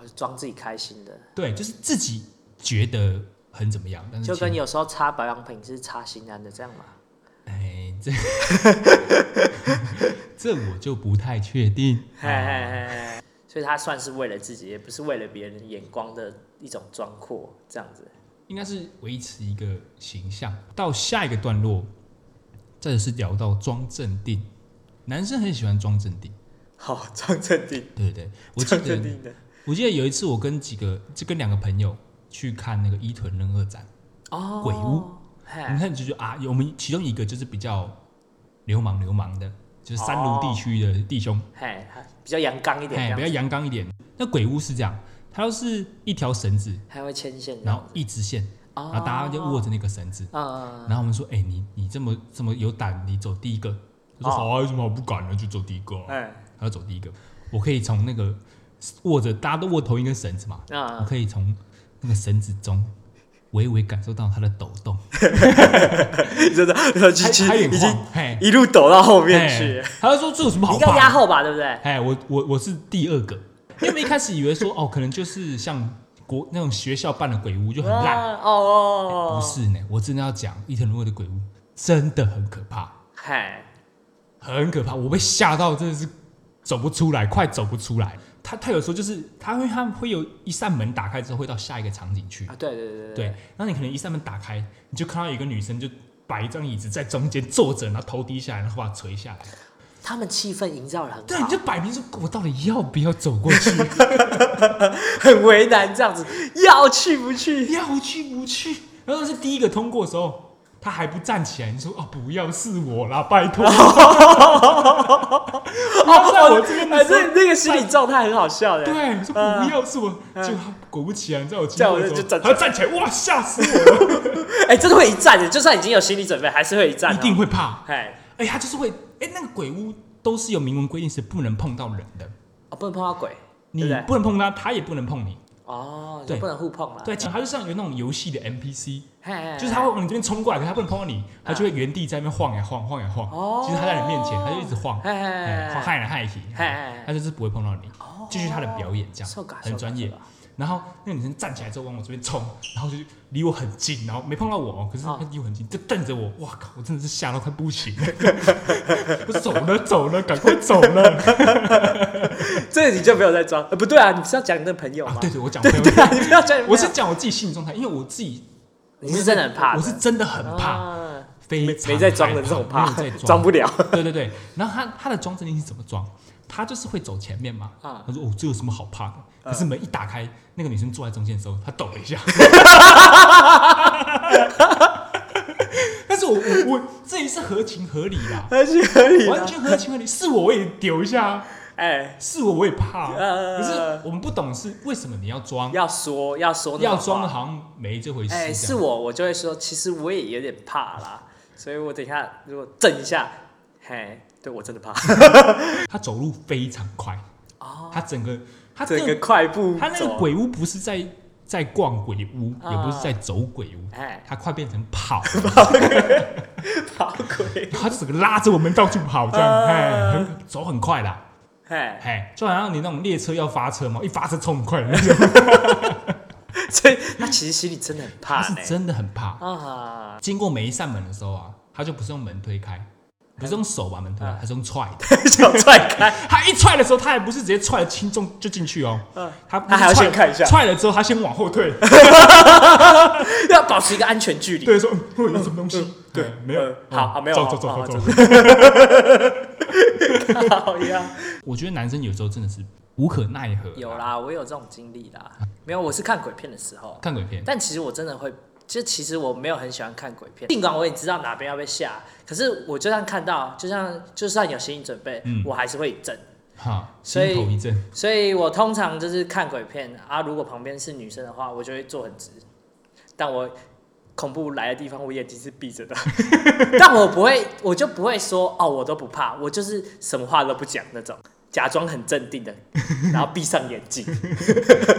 Speaker 2: 哦装自己开心的，
Speaker 1: 对，就是自己觉得很怎么样，但是
Speaker 2: 就
Speaker 1: 其实
Speaker 2: 跟有时候擦保养品是擦心安的这样嘛。
Speaker 1: 哎，这 这我就不太确定。
Speaker 2: 嘿嘿嘿嘿所以他算是为了自己，也不是为了别人眼光的一种装阔这样子。
Speaker 1: 应该是维持一个形象。到下一个段落，这是聊到装镇定，男生很喜欢装镇定，
Speaker 2: 好，装镇定，
Speaker 1: 对对对。我记
Speaker 2: 装镇
Speaker 1: 得
Speaker 2: 定的。
Speaker 1: 我记得有一次，我跟几个就跟两个朋友去看那个伊藤润二展，
Speaker 2: 哦，
Speaker 1: 鬼屋，你
Speaker 2: 嘿，
Speaker 1: 看就觉得啊，有我们其中一个就是比较流氓流氓的，就是三卢地区的弟兄，
Speaker 2: 嘿，比较阳哦刚一点
Speaker 1: 哎、
Speaker 2: 这
Speaker 1: 比较
Speaker 2: 样子，
Speaker 1: 阳刚一点。那鬼屋是这样，它都是一条绳子，
Speaker 2: 还会牵线这
Speaker 1: 然
Speaker 2: 样
Speaker 1: 后
Speaker 2: 子，
Speaker 1: 一直线，然后大家就握着那个绳子。
Speaker 2: 哦嗯，嗯，嗯
Speaker 1: 然后我们说，哎、你你这么这么有胆，你走第一个。他说
Speaker 2: 哦
Speaker 1: 好啊，有什么好不敢的，就走第一个、啊。
Speaker 2: 哎，
Speaker 1: 他就走第一个，我可以从那个握着，大家都握同一根绳子嘛，
Speaker 2: 嗯
Speaker 1: 我可以从那个绳子中微微感受到它的抖动，
Speaker 2: 真的，他机器
Speaker 1: 还还有
Speaker 2: 已
Speaker 1: 点
Speaker 2: 经
Speaker 1: 晃，嘿，
Speaker 2: 一路抖到后面
Speaker 1: 嘿。，
Speaker 2: 去
Speaker 1: 哎他就说这有什么
Speaker 2: 你
Speaker 1: 好
Speaker 2: 应该
Speaker 1: 怕
Speaker 2: 压
Speaker 1: 的？
Speaker 2: 后吧，对不对？
Speaker 1: 哎，我我我是第二个，因为我们一开始以为 说，哦，可能就是像国那种学校办的鬼屋就很烂，哎
Speaker 2: 啊哦哦，哦
Speaker 1: 不，是呢，我真的要讲伊藤润二的鬼屋真的很可怕，
Speaker 2: 嘿，
Speaker 1: 很可怕，我被吓到真的是走不出来，快走不出来。他他有时候就是他会他会有一扇门打开之后会到下一个场景去，
Speaker 2: 啊，对对对
Speaker 1: 对，，然后你可能一扇门打开，你就看到有一个女生就摆一张椅子在中间坐着，然后头低下来，然后把它垂下来，
Speaker 2: 他们气氛营造的很
Speaker 1: 对，
Speaker 2: 好
Speaker 1: 你就，摆明说我到底要不要走过去，
Speaker 2: 很为难这样子，要去不去？
Speaker 1: 要去不去？然后是第一个通过的时候。他还不站起来，你说哦，不要是我啦，拜 托！不要在我这边的
Speaker 2: 反
Speaker 1: 时候
Speaker 2: 正那哎个心理状态很好笑的。
Speaker 1: 对，啊我说
Speaker 2: 嗯
Speaker 1: 不要是我，结果他果不其然，在我经
Speaker 2: 在我
Speaker 1: 过的
Speaker 2: 这
Speaker 1: 时
Speaker 2: 就
Speaker 1: 候，
Speaker 2: 站
Speaker 1: 他站起来，哇，吓死我 了，
Speaker 2: 哎，真的会一战的，就算已经有心理准备，还是会一战。啊
Speaker 1: 一定。会怕。
Speaker 2: 哎，
Speaker 1: 哎，他就是会，哎，那个鬼屋都是有明文规定是不能碰到人的，
Speaker 2: 哦，不能碰到鬼，
Speaker 1: 你
Speaker 2: 对不对？
Speaker 1: 不能碰他，他也不能碰你。
Speaker 2: 哦，就
Speaker 1: 对
Speaker 2: 不能互碰了。
Speaker 1: 对，他就像有那种游戏的 NPC，
Speaker 2: 嘿，嘿，
Speaker 1: 就是他会往你这边冲过来，可他不能碰到你，他就会原地在那边晃呀晃，晃呀晃
Speaker 2: 嗯哦。
Speaker 1: 其实他在你面前，他就一直晃，
Speaker 2: 嘿嘿
Speaker 1: 哎
Speaker 2: 嘿
Speaker 1: 晃害人害体
Speaker 2: 嘿嘿，哦
Speaker 1: 他就是不会碰到你，继续他的表演这
Speaker 2: 受
Speaker 1: 样
Speaker 2: 感，
Speaker 1: 很专业
Speaker 2: 受感。
Speaker 1: 然后那个女生站起来之后往我这边冲，然后就离我很近，然后没碰到我哦，可是她
Speaker 2: 哦
Speaker 1: 离我很近，就瞪着我。哇靠！我真的是吓到快不行了， 我走了走了，赶快走了。
Speaker 2: 这你就没有在装。呃不对啊，你不是要讲你的朋友
Speaker 1: 啊
Speaker 2: 吗？
Speaker 1: 对对，我讲
Speaker 2: 对
Speaker 1: 朋友，
Speaker 2: 对啊， 你不要讲你朋友。
Speaker 1: 我是讲我自己心理状态，因为我自己
Speaker 2: 你是真的很怕的，
Speaker 1: 我是真的很怕，
Speaker 2: 啊
Speaker 1: 非
Speaker 2: 没
Speaker 1: 常
Speaker 2: 没在装的
Speaker 1: 害
Speaker 2: 这种怕
Speaker 1: 没有在，
Speaker 2: 装不了。
Speaker 1: 对对对，然后他他的装镇定是怎么装？他就是会走前面嘛。
Speaker 2: 啊
Speaker 1: 他说：“哦，这有什么好怕的？”可是门一打开，那个女生坐在中间的时候，她抖了一 下。但是我我我这也是合情合理啦，
Speaker 2: 而且合理
Speaker 1: 完
Speaker 2: 啊。
Speaker 1: 全合情合理。是我我也丢一下啊，
Speaker 2: 哎，
Speaker 1: 是我我也怕啊。
Speaker 2: 呃
Speaker 1: 可是我们不懂是为什么你要装，
Speaker 2: 要说要说那种
Speaker 1: 要
Speaker 2: 话
Speaker 1: 装的好像没这回事。
Speaker 2: 哎、是，我，我就会说，其实我也有点怕啦，所以我等一下如果震一下，嘿，对我真的怕，
Speaker 1: 他走路非常快
Speaker 2: 哦
Speaker 1: 他整个他
Speaker 2: 整
Speaker 1: 整
Speaker 2: 个快步
Speaker 1: 他那个
Speaker 2: 走，
Speaker 1: 鬼屋不是在在逛鬼屋，
Speaker 2: 啊
Speaker 1: 也不是在走鬼屋，
Speaker 2: 哎，
Speaker 1: 他快变成跑，
Speaker 2: 跑鬼，
Speaker 1: 他就整个拉着我们到处跑，这样，
Speaker 2: 啊
Speaker 1: 哎，很走很快啦，
Speaker 2: 嘿，
Speaker 1: 哎，就好像你那种列车要发车嘛，一发车冲很快的那种，
Speaker 2: 所以他其实心里真的很
Speaker 1: 他
Speaker 2: 怕
Speaker 1: 是
Speaker 2: 呢。
Speaker 1: 真的很怕。
Speaker 2: 啊，
Speaker 1: 经过每一扇门的时候啊，他就不是用门推开，不是用手把门推开
Speaker 2: 嗯，
Speaker 1: 他是用踹的。
Speaker 2: 想踹开，
Speaker 1: 他一踹的时候，他也不是直接踹了轻重就进去哦，
Speaker 2: 嗯
Speaker 1: 他
Speaker 2: 他还要
Speaker 1: 踹
Speaker 2: 先看一下
Speaker 1: 踹了之后他先往后退，
Speaker 2: 要保持一个安全距离。
Speaker 1: 对，说嗯会有什么东西？对，没有
Speaker 2: 嗯，
Speaker 1: 嗯
Speaker 2: 好好没有
Speaker 1: 走走
Speaker 2: 好
Speaker 1: 走走
Speaker 2: 好
Speaker 1: 走。
Speaker 2: 好呀，
Speaker 1: 我觉得男生有时候真的是无可奈何。
Speaker 2: 有，啊啦，我有这种经历啦。没有，我是看鬼片的时候，
Speaker 1: 看鬼片，
Speaker 2: 但其实我真的会，就其实我没有很喜欢看鬼片，尽管我也知道哪边要被吓，可是我就算看到，就像就算有心理准备，
Speaker 1: 嗯
Speaker 2: 我还是会震。
Speaker 1: 哈，心
Speaker 2: 所以
Speaker 1: 头一震，
Speaker 2: 所以我通常就是看鬼片啊，如果旁边是女生的话，我就会坐很直。但我恐怖来的地方，我眼睛是闭着的，但我不会，我就不会说哦，我都不怕，我就是什么话都不讲那种，假装很镇定的，然后闭上眼睛，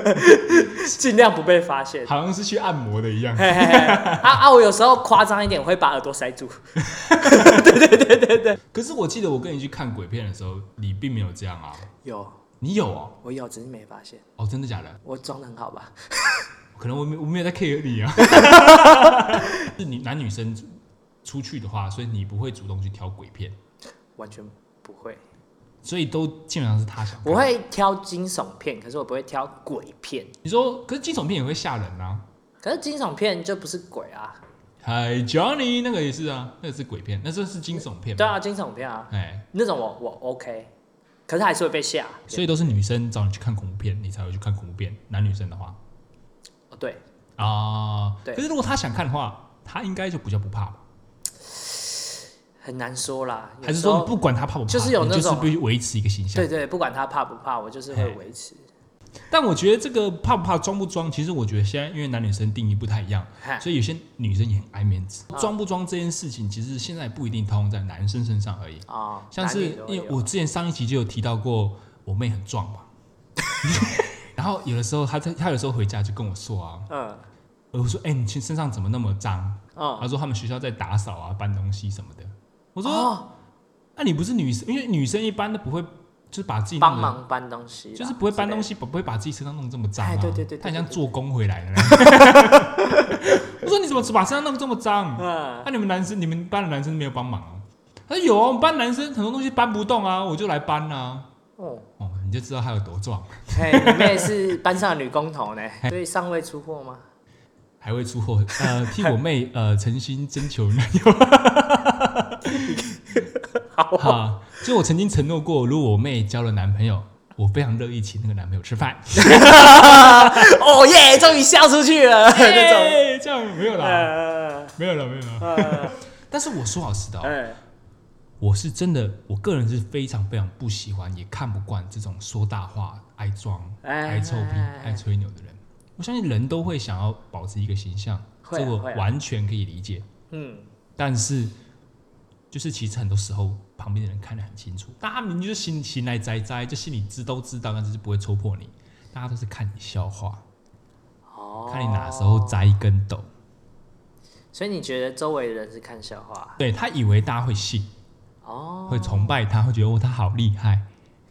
Speaker 2: 尽量不被发现。
Speaker 1: 好像是去按摩的一 样。
Speaker 2: 嘿嘿嘿啊啊！我有时候夸张一点，我会把耳朵塞住。
Speaker 1: 可是我记得我跟你去看鬼片的时候，你并没有这样啊，
Speaker 2: 有，
Speaker 1: 你有哦，
Speaker 2: 我有，只是没发现。
Speaker 1: 哦，真的假的？
Speaker 2: 我装的很好吧？
Speaker 1: 可能我没我没有在 care 你 啊。是你男女生出出去的话，所以你不会主动去挑鬼片，
Speaker 2: 完全不会。
Speaker 1: 所以都基本上是他想看。
Speaker 2: 我会挑惊悚片，可是我不会挑鬼片。
Speaker 1: 你说，可是惊悚片也会吓人啊。
Speaker 2: 可是惊悚片就不是鬼啊，
Speaker 1: Hi Johnny，那个也是啊，那个是鬼片，那这是惊悚片。
Speaker 2: 对，啊，惊悚片啊，
Speaker 1: 哎，
Speaker 2: 那种我我 OK，可是还是会被吓。
Speaker 1: 所以都是女生找你去看恐怖片，你才会去看恐怖片。男女生的话
Speaker 2: 哦对，
Speaker 1: 啊，
Speaker 2: 对
Speaker 1: 可是如果他想看的话，他应该就比较不怕吧？
Speaker 2: 很难说啦。有
Speaker 1: 还是
Speaker 2: 时候
Speaker 1: 说你不管他怕不怕，
Speaker 2: 就是有
Speaker 1: 你
Speaker 2: 那
Speaker 1: 就是
Speaker 2: 种
Speaker 1: 必须维持一个形象
Speaker 2: 对。对，不管他怕不怕，我就是会维持。
Speaker 1: 但我觉得这个怕不怕、装不装，其实我觉得现在因为男女生定义不太一样，
Speaker 2: 嗨
Speaker 1: 所以有些女生也很爱面子
Speaker 2: 哎啊。
Speaker 1: 装不装这件事情，其实现在不一定套用在男生身上而已。
Speaker 2: 啊，
Speaker 1: 像
Speaker 2: 男
Speaker 1: 是
Speaker 2: 女都会
Speaker 1: 因为
Speaker 2: 有
Speaker 1: 我之前上一集就有提到过，我妹很壮 嘛，然后有的时候她在她有时候回家就跟我说啊，
Speaker 2: 嗯
Speaker 1: 我说哎、你身身上怎么那么脏？她
Speaker 2: 嗯，
Speaker 1: 说他们学校在打扫啊，搬东西什么的。我
Speaker 2: 我
Speaker 1: 说那、
Speaker 2: 哦
Speaker 1: 啊你不是女生，因为女生一般都不会就是把自己弄
Speaker 2: 帮
Speaker 1: 得
Speaker 2: 忙搬东西啦，
Speaker 1: 就是不会搬东
Speaker 2: 之
Speaker 1: 西，不不会把自己身上弄这么脏、啊。
Speaker 2: 哎对对对对
Speaker 1: 他很
Speaker 2: 对
Speaker 1: 像
Speaker 2: 对
Speaker 1: 做工回来的呢。 我说你怎么把身上弄这么脏？
Speaker 2: 类
Speaker 1: 那、
Speaker 2: 的。嗯，
Speaker 1: 你们男生，你们班的男生没有帮忙哦、他说有啊，我们班男生很多东西搬不动啊，我就来搬啊。
Speaker 2: 哦，
Speaker 1: 哦，你就知道他有多壮，
Speaker 2: 嘿，你们也是班上的女工头呢，所以尚未出货吗？
Speaker 1: 还会出货。呃，替我妹呃诚心征求男友。
Speaker 2: 好
Speaker 1: 哈、就我曾经承诺过，如果我妹交了男朋友，我非常乐意请那个男朋友吃饭。
Speaker 2: 哦耶，终于笑出去了， 那种。
Speaker 1: 耶哎这样没有啦，
Speaker 2: 呃
Speaker 1: 没有了，没有了。
Speaker 2: 呃，
Speaker 1: 但是我说老实的、哦，
Speaker 2: 哎，
Speaker 1: 我是真的，我个人是非常非常不喜欢，也看不惯这种说大话、爱装、
Speaker 2: 哎
Speaker 1: 爱臭屁
Speaker 2: 哎哎、
Speaker 1: 爱吹牛的人。我相信人都会想要保持一个形象，
Speaker 2: 会啊
Speaker 1: 这我
Speaker 2: 会啊
Speaker 1: 完全可以理解。
Speaker 2: 嗯，
Speaker 1: 但是，就是其实很多时候旁边的人看得很清楚，大家明明就心心来栽栽，就心里知都知道，但是就不会戳破你。大家都是看你笑话，
Speaker 2: 哦，
Speaker 1: 看你哪时候栽一根斗。
Speaker 2: 所以你觉得周围的人是看笑话？
Speaker 1: 对他以为大家会信，
Speaker 2: 哦，
Speaker 1: 会崇拜他，会觉得哦他好厉害。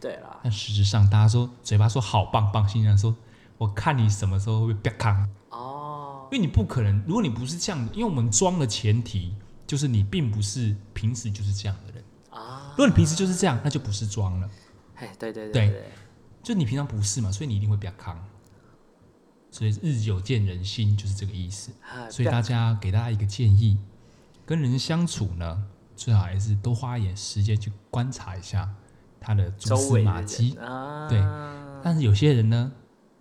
Speaker 2: 对啦，
Speaker 1: 但实质上，大家说嘴巴说好棒棒，心想说我看你什么时候会被扛，
Speaker 2: 哦，
Speaker 1: 因为你不可能，如果你不是这样的，因为我们装的前提就是你并不是平时就是这样的人。
Speaker 2: 啊
Speaker 1: 如，果你平时就是这样，那就不是装了，
Speaker 2: 哎，对对
Speaker 1: 对
Speaker 2: 对，
Speaker 1: 就你平常不是嘛，所以你一定会被扛。所以日久见人心就是这个意思。
Speaker 2: 哎
Speaker 1: 所以
Speaker 2: 不
Speaker 1: 大
Speaker 2: 要
Speaker 1: 家给大家一个建议，跟人相处呢，最好还是多花一点时间去观察一下他的蛛
Speaker 2: 周
Speaker 1: 丝
Speaker 2: 围的
Speaker 1: 马
Speaker 2: 人
Speaker 1: 迹。
Speaker 2: 啊，
Speaker 1: 对但是有些人呢，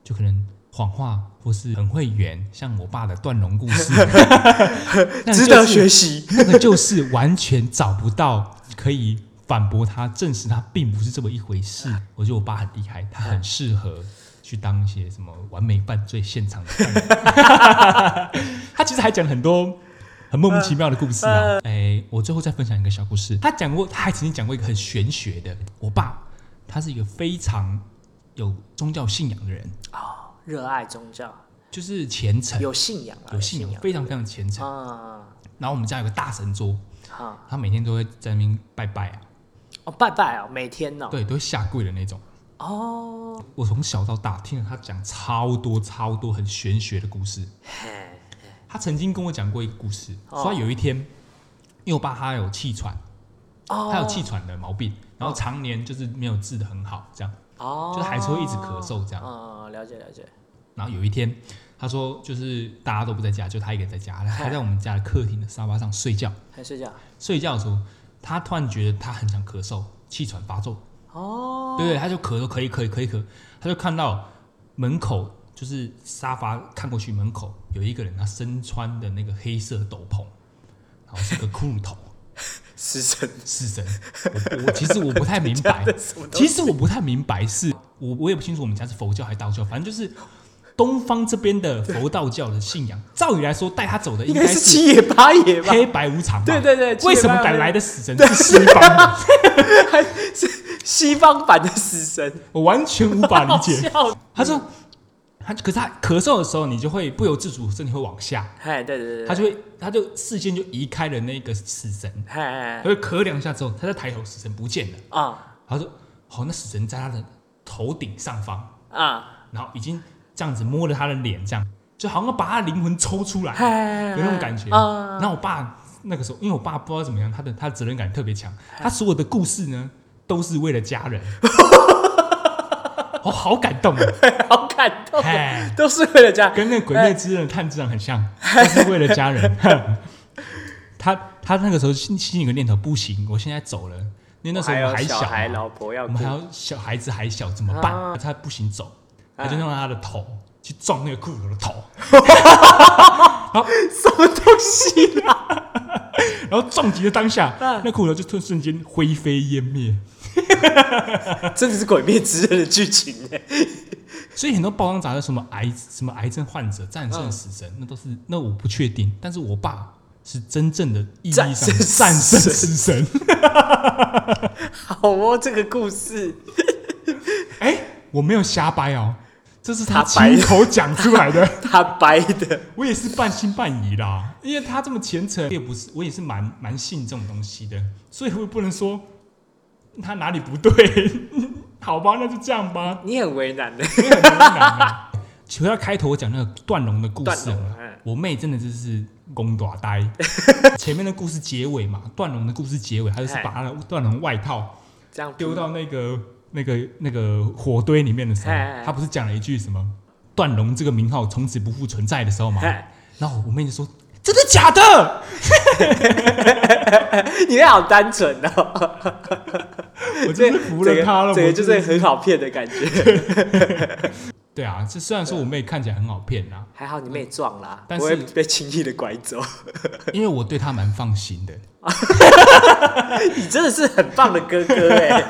Speaker 1: 就可能谎话或是很会圆，像我爸的断龙故 事，那个就是
Speaker 2: 值得学习。
Speaker 1: 那个就是完全找不到可以反驳他、证实他并不是这么一回事。
Speaker 2: 嗯
Speaker 1: 我觉得我爸很厉害，他很适合去当一些什么完美犯罪现场的犯人。他其实还讲很多。很莫名其妙的故事
Speaker 2: 嗯
Speaker 1: 啊！哎、我最后再分享一个小故事。他讲过，他还曾经讲过一个很玄学的。我爸他是一个非常有宗教信仰的人，
Speaker 2: 哦，热爱宗教，
Speaker 1: 就是虔诚，
Speaker 2: 有信仰啊，
Speaker 1: 哎有信仰，非常非常虔诚。
Speaker 2: 啊，
Speaker 1: 然后我们家有个大神桌，
Speaker 2: 好，
Speaker 1: 他每天都会在那边拜拜啊，
Speaker 2: 哦，拜拜哦，每天哦，
Speaker 1: 对，都会下跪的那种。
Speaker 2: 哦，
Speaker 1: 我从小到大听了他讲超多超多很玄学的故事。
Speaker 2: 嘿，
Speaker 1: 他曾经跟我讲过一个故事，
Speaker 2: 哦
Speaker 1: 说他有一天，因为我爸他有气喘，
Speaker 2: 哦，
Speaker 1: 他有气喘的毛病，然后常年就是没有治的很好，这样，
Speaker 2: 哦，
Speaker 1: 就是还是会一直咳嗽这样。
Speaker 2: 嗯，了解了解，
Speaker 1: 然后有一天，他说就是大家都不在家，就他一个人在家，他
Speaker 2: 嗨
Speaker 1: 在我们家的客厅的沙发上睡觉。
Speaker 2: 还睡觉。
Speaker 1: 睡觉的时候，他突然觉得他很想咳嗽，气喘发作，
Speaker 2: 哦，
Speaker 1: 对不对？他就咳嗽，咳一咳，咳一咳，他就看到门口就是沙发看过去，门口有一个人，他身穿的那个黑色斗篷，然后是个骷髅头
Speaker 2: 失神，，
Speaker 1: 死神。我我其实我不太明白
Speaker 2: 什么东
Speaker 1: 其
Speaker 2: 西
Speaker 1: 实我不太明白是，我我也不清楚我们家是佛教还是道教，反正就是东方这边的佛道教的信仰。照理来说，带他走的应
Speaker 2: 应
Speaker 1: 该
Speaker 2: 该是
Speaker 1: 是
Speaker 2: 七爷八爷吧？
Speaker 1: 黑白无常吧？
Speaker 2: 对对对七
Speaker 1: 为
Speaker 2: 爷
Speaker 1: 什么
Speaker 2: 八爷
Speaker 1: 敢来的死神是西方的？
Speaker 2: 还是西方版的死神，
Speaker 1: 我完全无法理解。
Speaker 2: 好笑。
Speaker 1: 他说，他可是他咳嗽的时候，你就会不由自主身体会往下，
Speaker 2: 哎，对对对，
Speaker 1: 他就会他就视线就移开了那个死神，
Speaker 2: 哎
Speaker 1: 他就咳两下之后，他再抬头，死神不见了。
Speaker 2: 啊
Speaker 1: 他说，哦好，那死神在他的头顶上方，
Speaker 2: 啊，
Speaker 1: 然后已经这样子摸了他的脸，这样就好像把他的灵魂抽出来，
Speaker 2: 哎，
Speaker 1: 有那种感觉。
Speaker 2: 啊，
Speaker 1: 那我爸那个时候，因为我爸不知道怎么样，他的他的责任感特别强，他所有的故事呢都是为了家人。我、好感动啊！
Speaker 2: 好感动，
Speaker 1: 哎，
Speaker 2: 都是为了家，
Speaker 1: 跟那《鬼灭之刃》炭治郎很像，但是为了家人。 他他那个时候心心里有个念头，不行，我现在走了，因为那时候我们
Speaker 2: 还有
Speaker 1: 小
Speaker 2: 小孩、
Speaker 1: 嘛，
Speaker 2: 老婆要
Speaker 1: 我
Speaker 2: 顾
Speaker 1: 们还，有小孩子还小，怎么办？
Speaker 2: 啊
Speaker 1: 他不行走，他就用他的头去撞那个骷髅的头，
Speaker 2: 什么东西啦？
Speaker 1: 然后撞击的当下，
Speaker 2: 啊
Speaker 1: 那骷髅就突瞬间灰飞烟灭。
Speaker 2: 真的是《鬼灭之刃》的剧情呢。
Speaker 1: 所以很多包装杂志什么癌什么癌症患者战
Speaker 2: 嗯
Speaker 1: 胜死神，那都是那我不确定，但是我爸。是真正的意义上
Speaker 2: 战胜
Speaker 1: 的战胜死神，
Speaker 2: 好哦，这个故事
Speaker 1: 哎、我没有瞎掰哦，这是他
Speaker 2: 他掰
Speaker 1: 亲口讲出来的，
Speaker 2: 他掰的，
Speaker 1: 我也是半信半疑啦。因为他这么虔诚，也不是我也是蛮蛮信这种东西的，所以我也不能说他哪里不对， 好吧，那就这样吧。
Speaker 2: 你很为难的。
Speaker 1: 没有很难 啊回到开头我讲那个段龙的故事
Speaker 2: 段
Speaker 1: 啊
Speaker 2: 龙嗯，
Speaker 1: 我妹真的就是公爪 呆。前面的故事结尾嘛，段龙的故事结尾，她
Speaker 2: 哎
Speaker 1: 就是把她的段龙外套
Speaker 2: 这样
Speaker 1: 丢到那个那个那个火堆里面的时候
Speaker 2: 嘿嘿，嘿
Speaker 1: 他不是讲了一句什么“段龙”这个名号从此不复存在的时候嘛
Speaker 2: 嘿？
Speaker 1: 然后我妹就说：“真的假的
Speaker 2: 你那好单纯哦，？”
Speaker 1: 我真是服了她了。
Speaker 2: 这个
Speaker 1: 我
Speaker 2: 就
Speaker 1: 真
Speaker 2: 是
Speaker 1: 的
Speaker 2: 很好骗的感觉。
Speaker 1: 对啊，这虽然说我妹看起来很好骗啊啦，
Speaker 2: 还好你妹撞啦，
Speaker 1: 但
Speaker 2: 不
Speaker 1: 是
Speaker 2: 会被轻易的拐 走。
Speaker 1: 因为我对她蛮放心的。
Speaker 2: 你真的是很棒的哥哥 哎，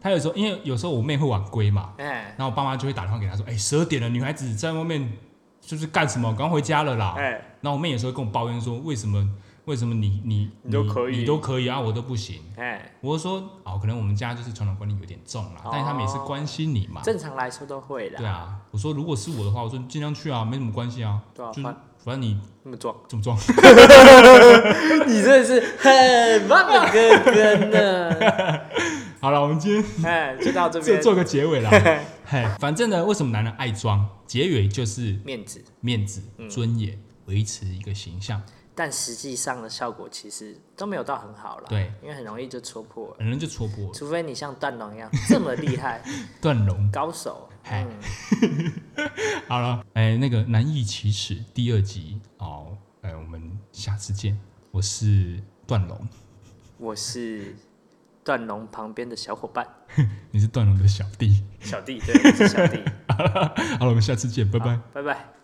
Speaker 1: 她有时候因为有时候我妹会晚归嘛，
Speaker 2: 哎
Speaker 1: 然后我爸妈就会打电话给她说：“哎，十二点了，女孩子在外面就是干什么？赶快回家了啦。”
Speaker 2: 哎，
Speaker 1: 然后我妹有时候跟我抱怨说：“为什么？为什么你你
Speaker 2: 你都可以
Speaker 1: 你都可以啊，我都不行。”
Speaker 2: 哎，
Speaker 1: 我是说，哦，可能我们家就是传统观念有点重啦，
Speaker 2: 哦
Speaker 1: 但是他们也是关心你嘛。
Speaker 2: 正常来说都会
Speaker 1: 对
Speaker 2: 的。
Speaker 1: 啊，我说如果是我的话，我说尽量去啊，没什么关系啊，
Speaker 2: 对啊
Speaker 1: 就是
Speaker 2: 反
Speaker 1: 反正你
Speaker 2: 那么壮，
Speaker 1: 怎么装，
Speaker 2: 你真的是很棒的哥哥 呢。
Speaker 1: 好了，我们今天
Speaker 2: 哎，就到这
Speaker 1: 就
Speaker 2: 边，
Speaker 1: 做个结尾 啦。嘿，反正呢，为什么男人爱装？结尾就是
Speaker 2: 面子，
Speaker 1: 面子、
Speaker 2: 嗯
Speaker 1: 尊严，维持一个形象。
Speaker 2: 但实际上的效果其实都没有到很好啦。
Speaker 1: 对，
Speaker 2: 因为很容易就戳破了，
Speaker 1: 本人就戳破了
Speaker 2: 除非你像段龙一样这么 厉害，
Speaker 1: 段龙。
Speaker 2: 高手。
Speaker 1: 嗨
Speaker 2: 嗯，
Speaker 1: 好了，哎、那个难易启齿第二集哦，哎、我们下次见。我是段龙，
Speaker 2: 我是段龙旁边的小伙伴，
Speaker 1: 你是段龙的小弟。
Speaker 2: 小弟，对，我是小弟。
Speaker 1: 好了，我们下次见，拜拜
Speaker 2: 好。，拜拜。